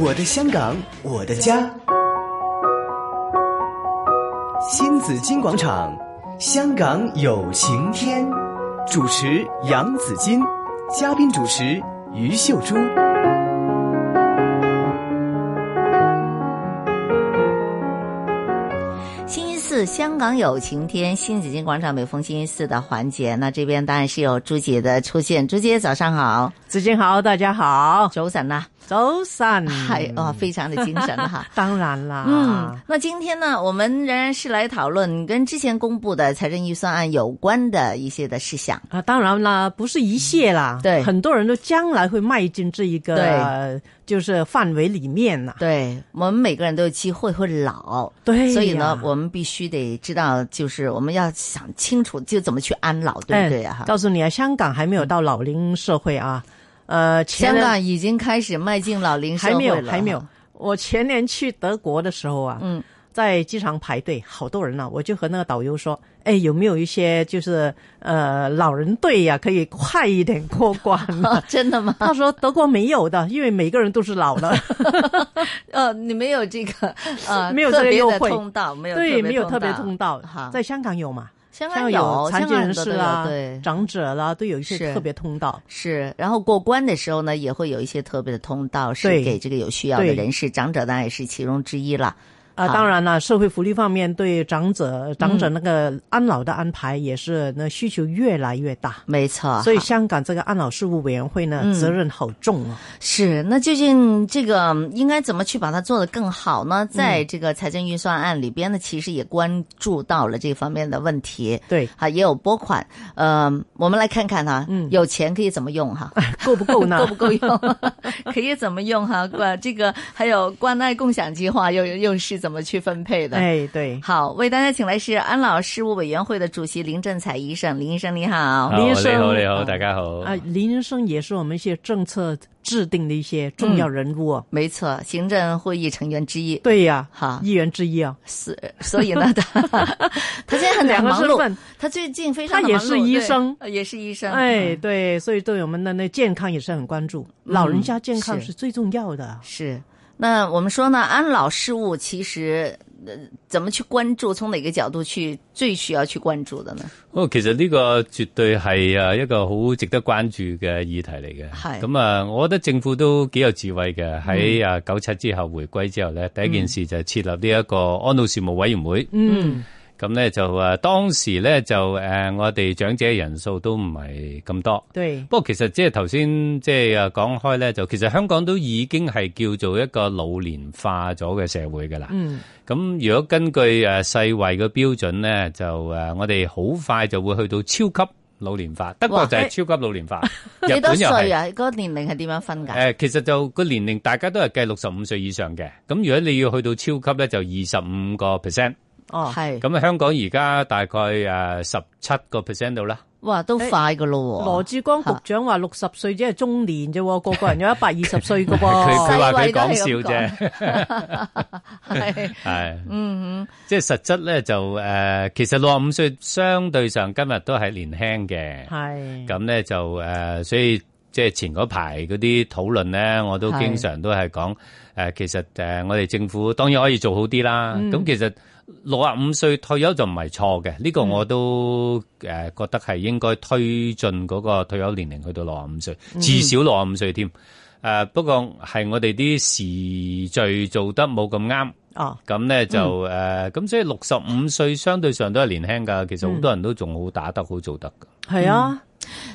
我的香港，我的家。新紫金广场，香港有晴天。主持杨紫金，嘉宾主持于秀珠。星期四，香港有晴天，新紫金广场每逢星期四的环节，那这边当然是有朱姐的出现。朱姐，早上好，子健好，大家好，早晨啦，早晨，嗨、哦，非常的精神哈。 当然啦，啊嗯，，那今天呢，我们仍然是来讨论跟之前公布的财政预算案有关的一些的事项。啊，当然啦，不是一切啦，对很多人都将来会迈进这一个对呃就是范围里面呐，对我们每个人都有机会会老，对呀所以呢，我们必须得知道，就是我们要想清楚，就怎么去安老，对不对啊？哎告诉你啊，香港还没有到老龄社会啊，呃，前香年港已经开始迈进老龄社还没会有了哈，还没有，我前年去德国的时候啊，嗯，在机场排队，好多人呐、我就和那个导游说，哎，有没有一些就是呃老人队呀、可以快一点过关、啊？哦 真的吗？他说德国没有的，因为每个人都是老的。 呃，你没有这 个呃，没有特这个别优的惠通道，没有对，没有特特别别通通道道哈。，在香港有嘛？香港港有残香疾港很人多士啊都有啦、对。长者啦，都有一是些特别通道。是，然后过关的时候呢，也会有一些特别的通道，是对给这个有需要的对人士，长者当然也是其中之一了。啊，好当然了，社会福利方面对长嗯者、长者那个安老的安排也是那需求越来越大，没错，所以好香港这个安老事务委员会呢，啊嗯责任好重啊。是那究竟这个嗯应该怎么去把它做得更好呢？嗯在这个财政预算案里边呢，其实也关注到了这方面的问题。对，啊，也有拨款，呃，我们来看看哈，嗯有钱可以怎么用哈？够不够呢？ 够不够用？可以怎么用哈？呃，这个还有关爱共享计划又又是怎么去分配的？哎，对，好，为大家请来是安老事务委员会的主席林振才医生，林医生你好。林你醫生好，你好，啊大家好。啊，林医生也是我们一些政策制定的一些重嗯要人物啊。没错，行政会议成员之一。对呀、好议员之一啊，所所以 呢，他他现在很两个忙身碌，份，他最近非常他地忙也碌是医对生呃也是医生。哎，嗯，对，所以对我们的那健康也是很关注，老人家健康是是最重要的。是。那我们说呢，安老事务其实呃怎么去关注，从哪个角度去最需要去关注的呢？哦，其實呢個絕對係啊一個好值得關注嘅議題嚟嘅。係咁啊，我覺得政府都幾有智慧嘅。喺啊九七之後回歸之後咧，第一件事就係設立呢一個安老事務委員會。嗯，咁咧就啊當時咧就誒我哋長者人數都唔係咁多。对，不過其實即係頭先即係啊講開咧，就其實香港都已經係叫做一個老年化咗嘅社會㗎啦。嗯，咁如果根據誒世衛嘅標準咧，就誒我哋好快就會去到超級老年化，德哇國就係超級老年化， 幾日多本又歲係。啊？嗰個年齡係點樣分㗎？誒，其實就個年齡大家都係計六十五歲以上嘅，咁如果你要去到超級咧，就二十五個 percent。哦，係咁啊，香港而家大概誒十七個 percent 度啦。哇，都誒快㗎咯喎！羅志光局長話六十歲只係中年啫喎，個個人有一百二十歲噶佢噃。佢話世衛佢都係講咁笑啫，係係。嗯嗯即係實質咧就誒、呃其實六十五歲相對上今日都係年輕嘅，係咁咧就誒、呃所以即係前嗰排嗰啲討論咧，我都係經常都係講誒，其實誒、呃我哋政府當然可以做好啲啦。嗯咁、其實六十五歲退休就唔係錯嘅，呢、個我都誒、呃、覺得係應該推進嗰個退休年齡去到六十五歲，至少六十五歲添。誒、呃不過係我哋啲時序做得冇咁啱。哦，咁咧就誒，呃咁、所以六十五歲相對上都係年輕噶，其實好多人都仲好打得好做得㗎。係啊，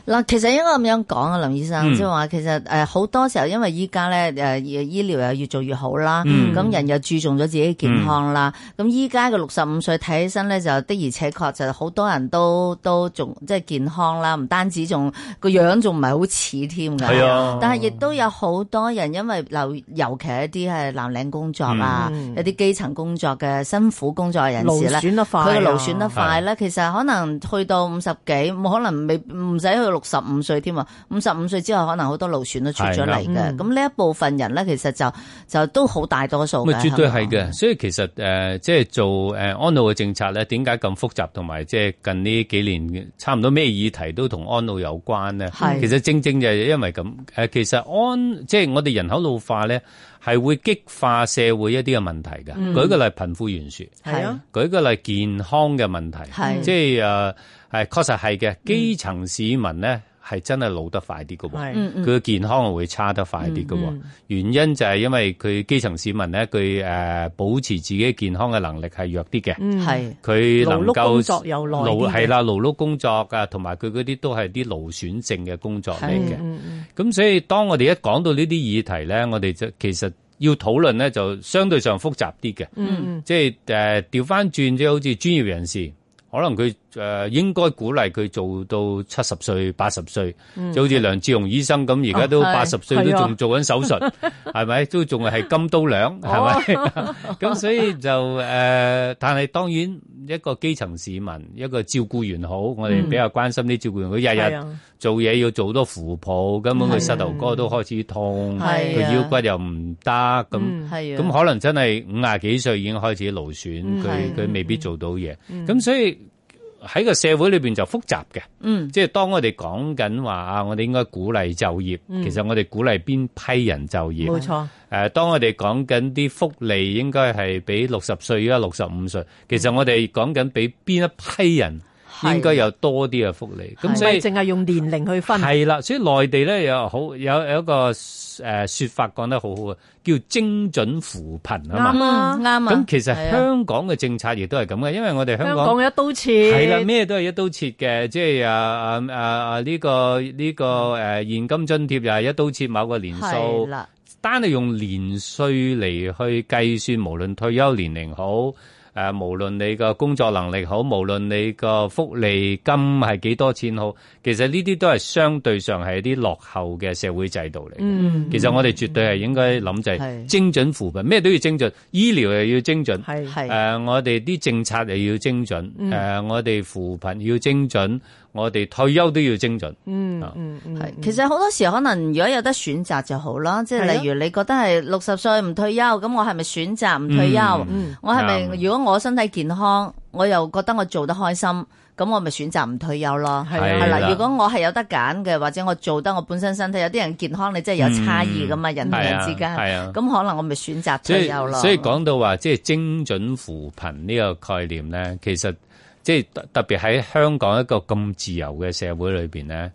嗱，其實應該咁樣講啊，林醫生，嗯即係話其實誒好多時候，因為依家咧誒醫療又越做越好啦，嗯咁人又注重咗自己健康啦，咁依家嘅六十五歲睇起身咧就的而且確就好多人都都仲即係健康啦，唔單止仲個樣仲唔係好似添㗎。係啊但係亦都有好多人因為留，尤其係一啲係藍領工作啊，嗯有啲基層工作嘅辛苦工作嘅嗯人勞士咧。損得快啊，佢嘅勞損得快咧，其實可能去到五十幾，冇可能未唔使去到六十五歲添啊，五十五歲之後可能好多勞損都出咗嚟係啊嘅。咁呢、一部分人咧，其實就就都好大多數咁嘅啊，，絕對香係港嘅。所以其實誒、呃即係做誒、呃安老嘅政策咧，點解咁複雜，同埋即係近呢幾年差唔多咩議題都同安老有關咧係。其實正正就係因為咁誒、呃其實安即係我哋人口老化咧，係會激化社會一啲嘅問題㗎。嗯舉個例，貧富懸殊。係啊，嗯舉個例，健康嘅問題，係即呃係誒係確實係嘅，基層市民咧係真係老得快啲嘅喎。係嗯嗯佢嘅健康會差得快啲嘅嗯喎，原因就係因為佢基層市民咧，佢誒、呃保持自己健康嘅能力係弱啲嘅，係佢、能嗯勞碌工夠作又耐啲勞嘅係啦，勞碌工作啊，同埋佢嗰啲都係啲勞損症嘅工作嚟嘅。嗯咁所以當我哋一講到呢啲議題咧，我哋就其實要討論咧就相對上複雜啲嘅。嗯即係誒調翻轉，即係好似專業人士，可能佢誒、呃、應該鼓勵佢做到七十歲、八十歲，就好似梁志雄醫生咁，而家都哦係八十歲嗯係都啊仲做緊手術， 係咪？都仲係金刀兩，哦係 咪？咁所以就誒、呃但係當然一個基層市民，一個照顧員好，我哋比較關心啲照顧員，佢嗯，日係日啊，做嘢要做好多扶抱，根本佢膝頭係哥啊都開始痛，係啊佢腰骨又唔得咁。嗯係咁啊，可能真係五廿幾歲已經開始勞損，嗯佢係佢未必做到嘢。咁所以喺個社會裏邊就複雜嘅，嗯即係當我哋講緊話啊，我哋應該鼓勵就業，其實我哋鼓勵邊批人就業嗯冇。錯，誒，當我哋講緊啲福利應該係俾六十歲啊、六十五歲，其實我哋講緊俾邊一批人係應該有多啲嘅福利。唔咁所係以淨係用年齡去分，係啦，所以內地咧有好有有一個誒説法講得好好嘅，叫精準扶貧啊嘛啱。嗯啱啊。咁其實係啊香港嘅政策亦都係咁嘅，因為我哋香香港港一刀切，係啦，咩都係一刀切嘅，即係啊啊啊啊呢個呢個誒現金津貼又係一刀切某個年係數，啦，單係用年歲嚟去計算，無論退休年齡好。誒，無論你個工作能力好，無論你個福利金係幾多錢好，其實呢啲都係相對上係一啲落後嘅社會制度嚟嘅。嗯，其實我哋絕對係應該諗就係係精準扶貧，咩都要精準，醫療又要精準，係誒、係我哋啲政策又要精準，誒、嗯我哋扶貧要精準，我哋退休都要精準。嗯啊嗯嗯係，其實好多時可能如果有得選擇就好啦，即係啊係例如你覺得係六十歲唔退休，咁我係咪選擇唔退休？嗯我係咪啱啊如果我身體健康，我又覺得我做得開心，咁我咪選擇唔退休咯。係係係啦啦，如果我係有得揀嘅，或者我做得我本身身體有啲人健康，你真係有差異噶嘛，人同係人啊，之間，係啊咁。可能我咪選擇所退以休咯。所以講到話即係精準扶貧呢個概念咧，其實即係特特別喺香港一個咁自由嘅社會裏邊咧，誒、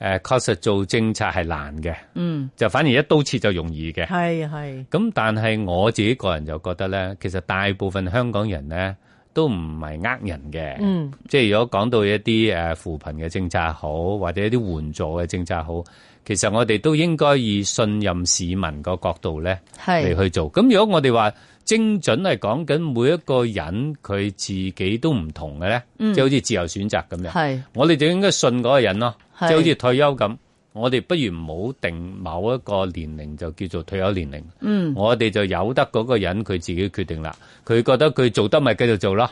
確實做政策係難嘅，嗯就反而一刀切就容易嘅。係係咁但係我自己個人就覺得咧，其實大部分香港人咧都唔係呃人嘅，嗯即係如果講到一啲誒扶貧嘅政策好，或者一啲援助嘅政策好，其實我哋都應該以信任市民個角度咧係嚟去做。咁如果我哋話精準係講緊每一個人佢自己都唔同嘅咧，即係好似自由選擇咁樣。嗯係我哋就應該信嗰個人咯，即係係好似退休咁。我哋不如唔好定某一個年齡就叫做退休年齡，嗯，我哋就由得嗰個人佢自己決定啦。佢覺得佢做得咪繼續做咯，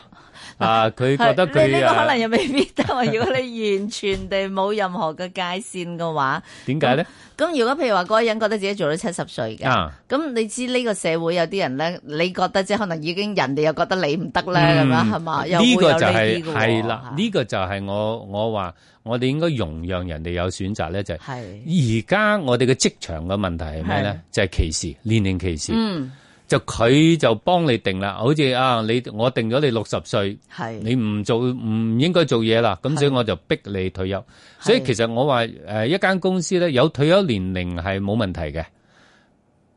啊，佢覺得係你呢佢個可能啊又未必得喎。如果你完全地冇任何嘅界線嘅話，點解咧？咁如果譬如話嗰個人覺得自己做到七十歲嘅。啊，咁你知呢個社會有啲人咧，你覺得即係可能已經人哋又覺得你唔得咧，咁樣係嘛？又會嗯呢有個就係係係啦，呢個就係我我話我哋應該容讓人哋有選擇咧，就係係而家我哋嘅職場嘅問題係咩咧？就係歧視，年齡歧視，嗯就佢就幫你定啦，好似啊你我定咗你六十歲。係你唔做唔應該做嘢啦，咁所以我就逼你退休。係所以其實我話誒、呃一間公司咧有退休年齡係冇問題嘅，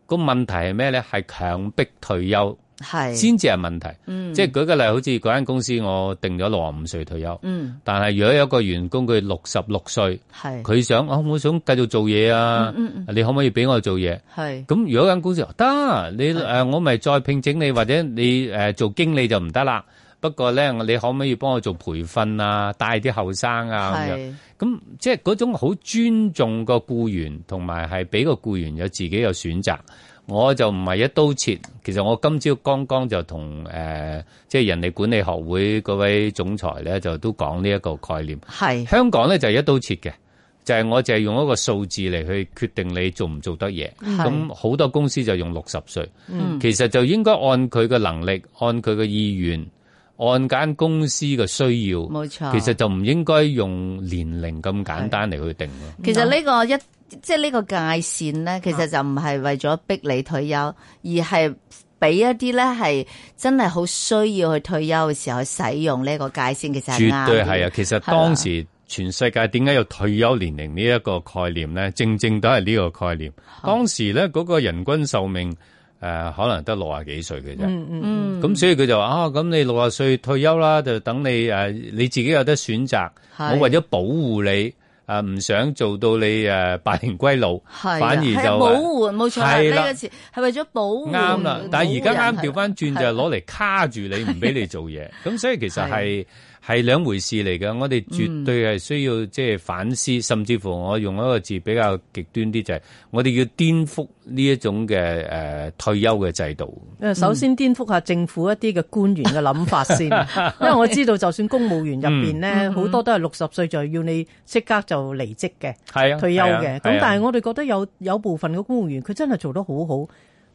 個問題係咩咧？係強迫退休係先至係問題。嗯即係舉個例，好似嗰間公司我定咗六十五歲退休，嗯但係如果有一個員工佢六十六歲，係佢想啊、我想繼續做嘢啊，嗯嗯你可唔可以俾我做嘢？係咁如果間公司話得，你誒、呃我咪再聘請你，或者你誒、呃做經理就唔得啦。不過咧，我你可唔可以幫我做培訓啊，帶啲後生啊咁樣？係咁即係嗰種好尊重個僱員，同埋係俾個僱員有自己有選擇。我就唔係一刀切，其實我今朝剛剛就同誒、呃即係人力管理學會嗰位總裁咧，就都講呢一個概念。係香港咧就係一刀切嘅，就係我就係用一個數字嚟去決定你做唔做得嘢。嗯係咁好多公司就用六十歲，嗯其實就應該按佢嘅能力、按佢嘅意願、按間公司嘅需要，冇錯其實就唔應該用年齡咁簡單嚟去定咯。其實呢個一即係呢個界線咧，其實就唔係為咗逼你退休，而係俾一啲咧係真係好需要去退休嘅時候去使用呢個界線，其實係啱絕對嘅係啊！其實係啦當時全世界點解有退休年齡呢一個概念咧？正正都係呢個概念。當時咧嗰個人均壽命誒、呃可能得六啊幾歲嘅啫。嗯，咁所以佢就話啊，咁你六啊歲退休啦，就等你誒、呃你自己有得選擇。係我為咗保護你誒，唔、想做到你誒、呃百年歸老，係啊反而係啊就保話護，冇錯啦，係啦呢個詞係為咗保護啱啦，但係而家啱調保護人翻轉就係攞嚟卡住你，唔俾你做 嘢。咁所以其實係係兩回事嚟嘅。我哋絕對係需要即係反思，甚至乎我用一個字比較極端啲，就係我哋要顛覆呢一種嘅誒、呃退休嘅制度。誒呃首先顛覆下政府一啲嘅官員嘅諗法 先，因為我知道就算公務員入邊嗯咧，好多都係六十歲就要你即刻就離職嘅。係啊，退休係嘅。啊咁但係啊係我哋覺得有有部分嘅公務員佢真係做得好好，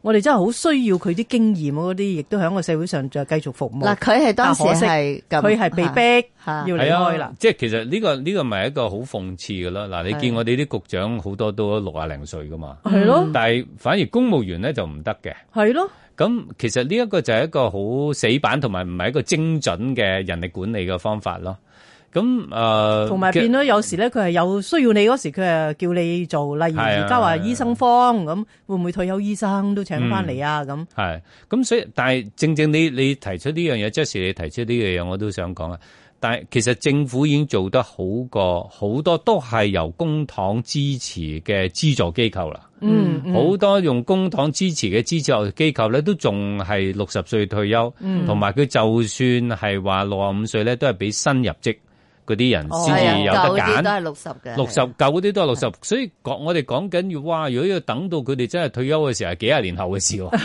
我哋真係好需要佢啲經驗嗰啲，亦都喺個社會上再繼續服務。嗱，佢係當時但可惜係咁，佢係嚇被逼嚇要離開啦。即係啊其實呢、個呢、個咪一個好諷刺嘅咯。嗱，你係見我哋啲局長好多都六啊嗯零歲噶嘛，係咯，但係反而公務員咧就唔得嘅。係咯，咁其實呢一個就係一個好死板同埋唔係一個精準嘅人力管理嘅方法咯。咁誒，呃同埋其變咗有時咧，佢係有需要你嗰時，佢係叫你做，例如係啊而家話醫生方咁，會唔會退休醫生都請翻嚟嗯啊？咁係咁，所以但係正正你你提出呢樣嘢，Jesse 你提出呢樣嘢，我都想講啊。但係其實政府已經做得好過好多都係由公帑支持嘅資助機構啦。嗯好多用公帑支持嘅資助機構咧，都仲係六十歲退休，嗯同埋佢就算係話六啊五歲咧，都係俾新入職嗰啲人先係啊至有得舊啲都揀。係六十嘅，六十九嗰啲都係六 十，所以講我哋講緊要哇！如果要等到佢哋真係退休嘅時候，係幾廿年後嘅事 喎，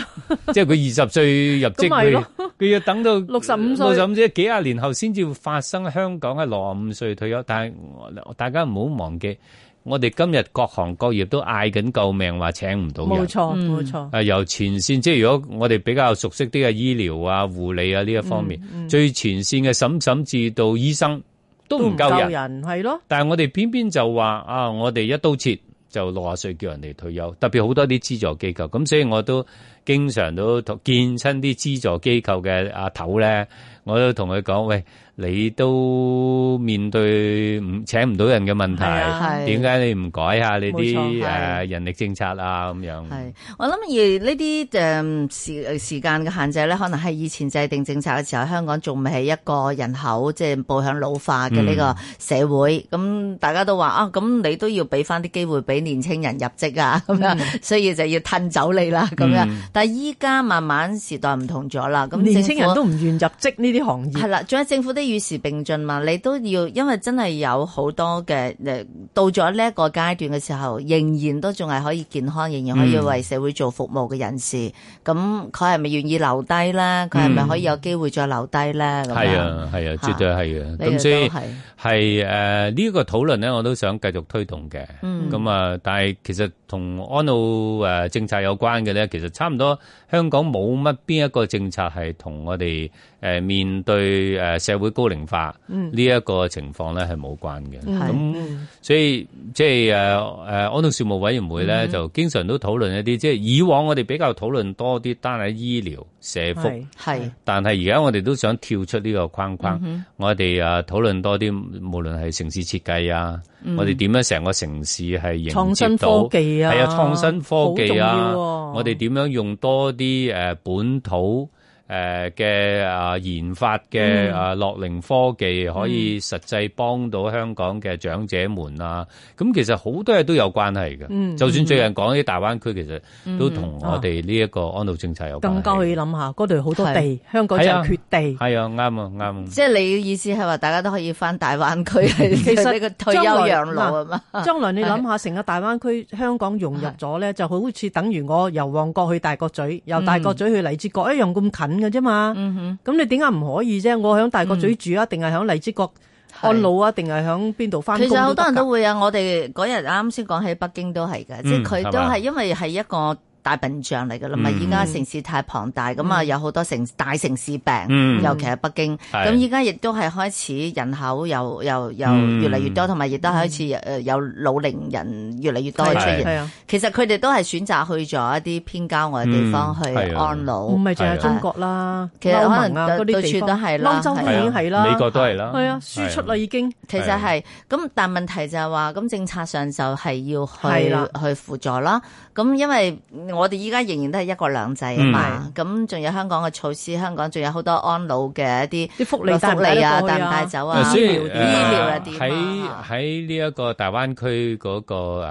即係佢二十歲入職，咁咪佢咯佢要等 到65歲六十五歲幾廿年後先至會發生香港係六十五歲退休。但係我大家唔好忘記，我哋今日各行各業都嗌緊救命，話請唔到人。冇錯冇錯，啊，由前線即係如果我哋比較熟悉啲嘅醫療啊、護理啊呢一方嗯面，最前線嘅審審至到醫生都都唔唔夠夠人，人係咯，但係我哋偏偏就話啊，我哋一刀切就六啊歲叫人哋退休，特別好多啲資助機構，咁所以我都經常都同見親啲資助機構嘅阿頭咧，我都同佢講：喂，你都面對唔請唔到人嘅問係啊題，係點解你唔改下你冇錯啲係誒人力政策啊咁樣？係，我諗而呢啲誒時呃時間嘅限制咧，可能係以前制定政策嘅時候，香港仲未係一個人口即係步向老化嘅呢嗯個社會，咁、大家都話啊，咁你都要俾翻啲機會俾年青人入職啊，嗯咁樣，所以就要褪走你啦，咁樣。但係依家慢慢時代唔同咗啦，咁年青青人都唔願入職呢啲行業係。啦，仲有政府都與時並進嘛，你都要，因為真係有好多嘅誒，到咗呢一個階段嘅時候，仍然都仲係可以健康，仍然可以嗯為社會做服務嘅人士，咁佢係咪願意留低咧？佢係咪可以有機會再留低咧？咁樣嗯係，啊，係啊，嚇絕對係嘅。呢個咁所以都係係誒呢個討論咧，我都想繼續推動嘅。嗯咁啊，但係其實同安老誒政策有關嘅咧，其實差唔多香港冇乜邊一個政策係同我哋誒面對誒社會高齡化呢一個情況咧係冇關嘅。係咁所以即係誒誒安老事務委員會咧，就經常都討論一啲即係以往我哋比較討論多啲單係醫療社福。係係但係而家我哋都想跳出呢個框框，嗯我哋啊討論多啲，無論係城市設計啊，我哋點樣成個城市係嗯迎創接新到科技啊係啊創新科技好啊，重要喎我哋點樣用多啲誒、呃本土誒嘅啊研發嗯嘅啊樂齡科技，可以實際幫到香港嘅長者們啊，咁其實好多嘢都有關係嘅，嗯就算最近講啲大灣區，其實都同我哋呢一個安老政策有關係啊更加可以諗下，嗰度有好多地係，香港就係啊係缺地。係啊，啱啊，啱啊。即係你嘅意思係話，大家都可以翻大灣區 係其實呢個退休將來養老啊嘛？將來你諗下，成個大灣區香港融入咗咧，就好似等於我由旺角去大角咀，由大角咀去荔枝角一嗯樣咁近嘅啫嘛。咁你點解唔可以啫？我喺大角咀住啊，定係喺荔枝角安老啊，定係響邊度翻工其都實好得㗎？嗯多人都會啊！我哋嗰日啱先講起北京都係嘅，即係佢都係嘛係因為係一個大笨象嚟㗎啦嘛。嗯依家城市太龐大，咁啊有好多城大城市病，嗯，尤其係北京。係咁依家亦都係開始人口又又又嗯越嚟越多，同埋亦都開始嗯誒有老齡人越嚟越多係出係現。係啊，其實佢哋都係選擇去咗一啲偏郊外嘅地方嗯去係啊安老。唔係淨係中國啦，其實歐可能盟啊到嗰啲地到方處都係啦歐洲都已係啊經係啦，美國都係啦，係啊，輸出係啊啦已經。其實係咁，但問題就係話，咁政策上就係要去係啦去輔助啦。咁因為我哋依家仍然都係一國兩制啊嘛，咁仲有香港嘅措施，香港仲有好多安老嘅一啲啲福利帶唔福帶利得啊、過去帶唔啊帶走誒啊、呃所以醫療誒一喺啲啊。喺呢一個大灣區嗰、個誒、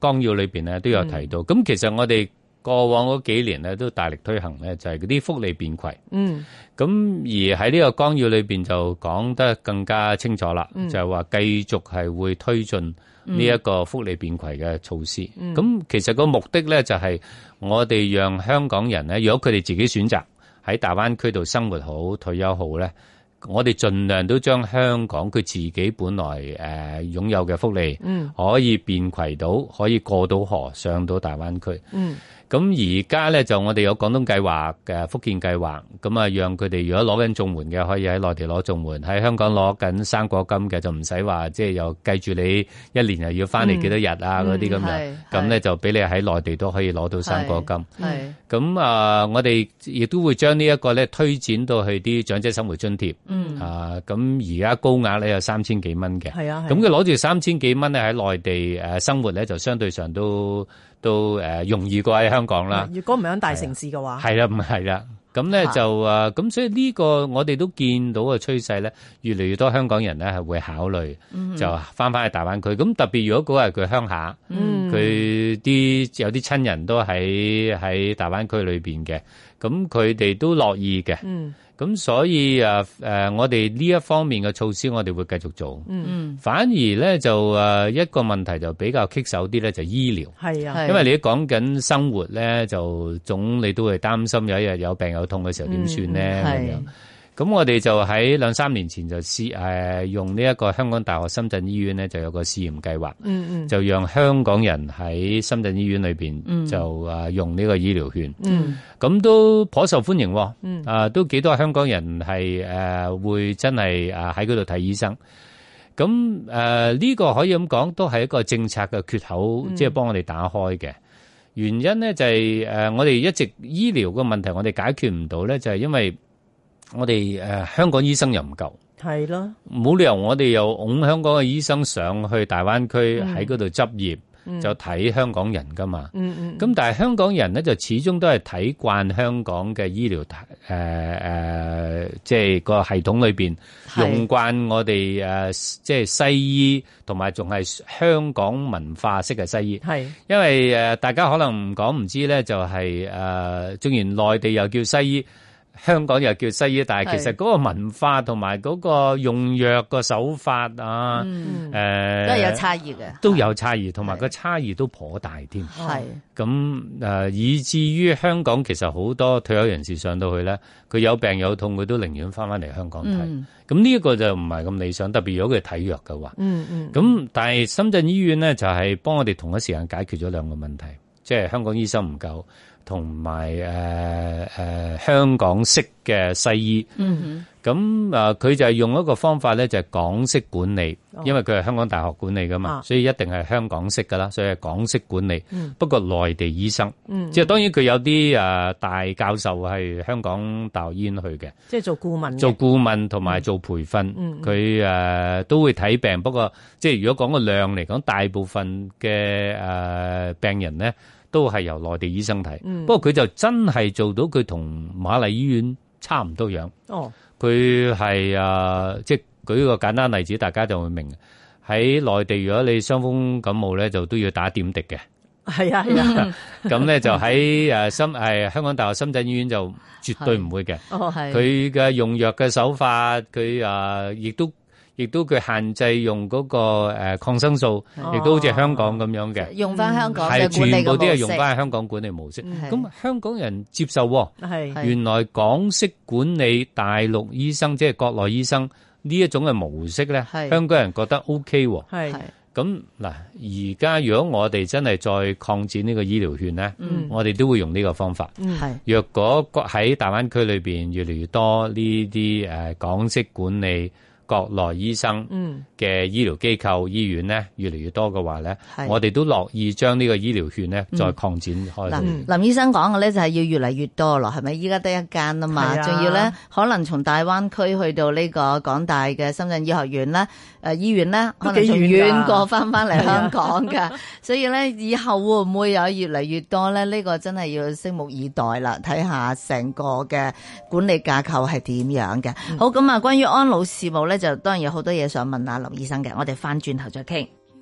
綱要裏邊咧都有嗯提到。咁、其實我哋過往嗰幾年咧都大力推行咧，就係嗰啲福利變攜。嗯，咁而喺呢個綱要裏邊就講得更加清楚啦，嗯就係話繼續係會推進呢一個福利變攜嘅措施。咁、嗯其實個目的咧就係我哋讓香港人咧，如果佢哋自己選擇喺大灣區度生活好、退休好咧，我哋盡量都將香港佢自己本來誒、呃、擁有嘅福利，嗯可以變攜到，可以過到河，上到大灣區。嗯，咁而家咧就我哋有廣東計劃嘅福建計劃，咁啊讓佢哋如果攞緊綜援嘅，可以喺內地攞綜援；喺香港攞緊生果金嘅，就唔使話即係又計住你一年又要翻嗯嚟幾多日啊嗰啲咁樣。嗯係咁咧就俾你喺內地都可以攞到生果金。係咁啊、我哋亦都會將呢一個咧推展到去啲長者生活津貼。嗯啊，咁而家高額咧有三千幾蚊嘅。係啊，咁咁佢攞住三千幾蚊咧喺內地誒生活咧，就相對上都都誒容易過喺香港啦。如果唔係響大城市嘅話，係啦，唔係啦。咁咧嚇就誒，咁所以呢個我哋都見到嘅趨勢咧，越嚟越多香港人咧係會考慮就翻返去大灣區。咁特別如果嗰日佢鄉下，嗯，佢啲有啲親人都喺喺大灣區裏邊嘅，咁佢哋都樂意嘅。嗯咁所以誒誒、呃我哋呢一方面嘅措施，我哋會繼續做。嗯反而咧就誒、呃一個問題就比較棘手啲咧，就醫療。係啊，係因為你講緊生活咧，就總你都會擔心有一日有病有痛嘅時候點算咧嗯咁係樣。咁我哋就喺兩三年前就試誒、呃用呢一個香港大學深圳醫院咧就有個試驗計劃，嗯嗯就讓香港人喺深圳醫院裏邊嗯就誒、呃用呢個醫療券。嗯咁都頗受歡迎喎、嗯啊都幾多香港人係誒、呃、會真係啊喺嗰度睇醫生。咁誒呢個可以咁講，都係一個政策嘅缺口，即係幫我哋打開嘅。原因咧就係、呃我哋一直醫療嘅問題，我哋解決唔到咧，就係、因為我哋誒、呃香港醫生又唔夠，係咯，冇理由我哋又拱香港嘅醫生上去大灣區嗯喺嗰度執業，嗯就睇香港人噶嘛。嗯嗯咁但係香港人咧就始終都係睇慣香港嘅醫療體誒誒，即係個系統裏邊係用慣我哋誒、呃即係西醫同埋仲係香港文化式嘅西醫，係因為誒、呃大家可能唔講唔知咧，就係、誒、縱然內地又叫西醫。香港又叫西醫，但係其實嗰個文化同埋嗰個用藥個手法啊，誒、嗯，都係有差異嘅，都有差異，同埋係個差異都頗大添。係咁誒、呃以至於香港其實好多退休人士上到去咧，佢有病有痛，佢都寧願翻翻嚟香港睇。嗯咁呢一個就唔係咁理想，特別如果佢體弱嘅話。嗯嗯咁但係深圳醫院咧就係、幫我哋同一時間解決咗兩個問題，即係香港醫生唔夠，同埋誒誒香港式嘅西醫。嗯咁啊，佢就係用一個方法咧，就係港式管理哦，因為佢係香港大學管理噶嘛，啊所以一定係香港式噶啦，所以係港式管理。嗯不過內地醫生，嗯，即係當然佢有啲誒大教授係香港大學醫院去嘅，即係做顧問嘅做顧問同埋做培訓嗯嗯，佢誒都會睇病。不過即係如果講個量嚟講，大部分嘅誒病人咧都係由內地醫生睇。嗯不過佢就真係做到佢同瑪麗醫院差唔多樣。哦，佢係啊，即係舉個簡單例子，大家就會明。喺內地，如果你傷風感冒咧，就都要打點滴嘅。係啊係啊，咁咧就 喺誒深係香港大學深圳醫院就絕對唔會嘅。哦係佢嘅用藥嘅手法，佢啊亦都亦都佢限制用嗰個誒抗生素， 亦都好似香港咁樣嘅，用翻香港係嘅哦管理全部嘅啲模係式，嗯用翻香港管理模式。係咁香港人接受喎。係係原來港式管理大陸醫生，即係國內醫生呢一種嘅模式咧，係香港人覺得 O K 喎。係係咁嗱，而家如果我哋真係再擴展呢個醫療券咧，嗯我哋都會用呢個方法。係若果國喺大灣區裏邊越嚟越多呢啲誒港式管理國內醫生嗯嘅醫療機構、醫院咧，越嚟越多嘅話咧係，我哋都樂意將呢個醫療券咧再擴展開嚟。嗯嗱，林醫生講嘅咧就係要越嚟越多咯，係咪？依家得一間啊嘛，係啊仲要咧可能從大灣區去到呢個港大嘅深圳醫學院咧，誒、醫院咧，可都能幾遠㗎仲啊遠過翻翻嚟香港 㗎，所以咧以後會唔會有越嚟越多咧？呢、個真係要拭目以待啦，睇下成個嘅管理架構係點樣嗯啊嘅。好，咁啊，關於安老事務咧，就當然有好多嘢想問下林醫生嘅，我哋翻轉頭再傾。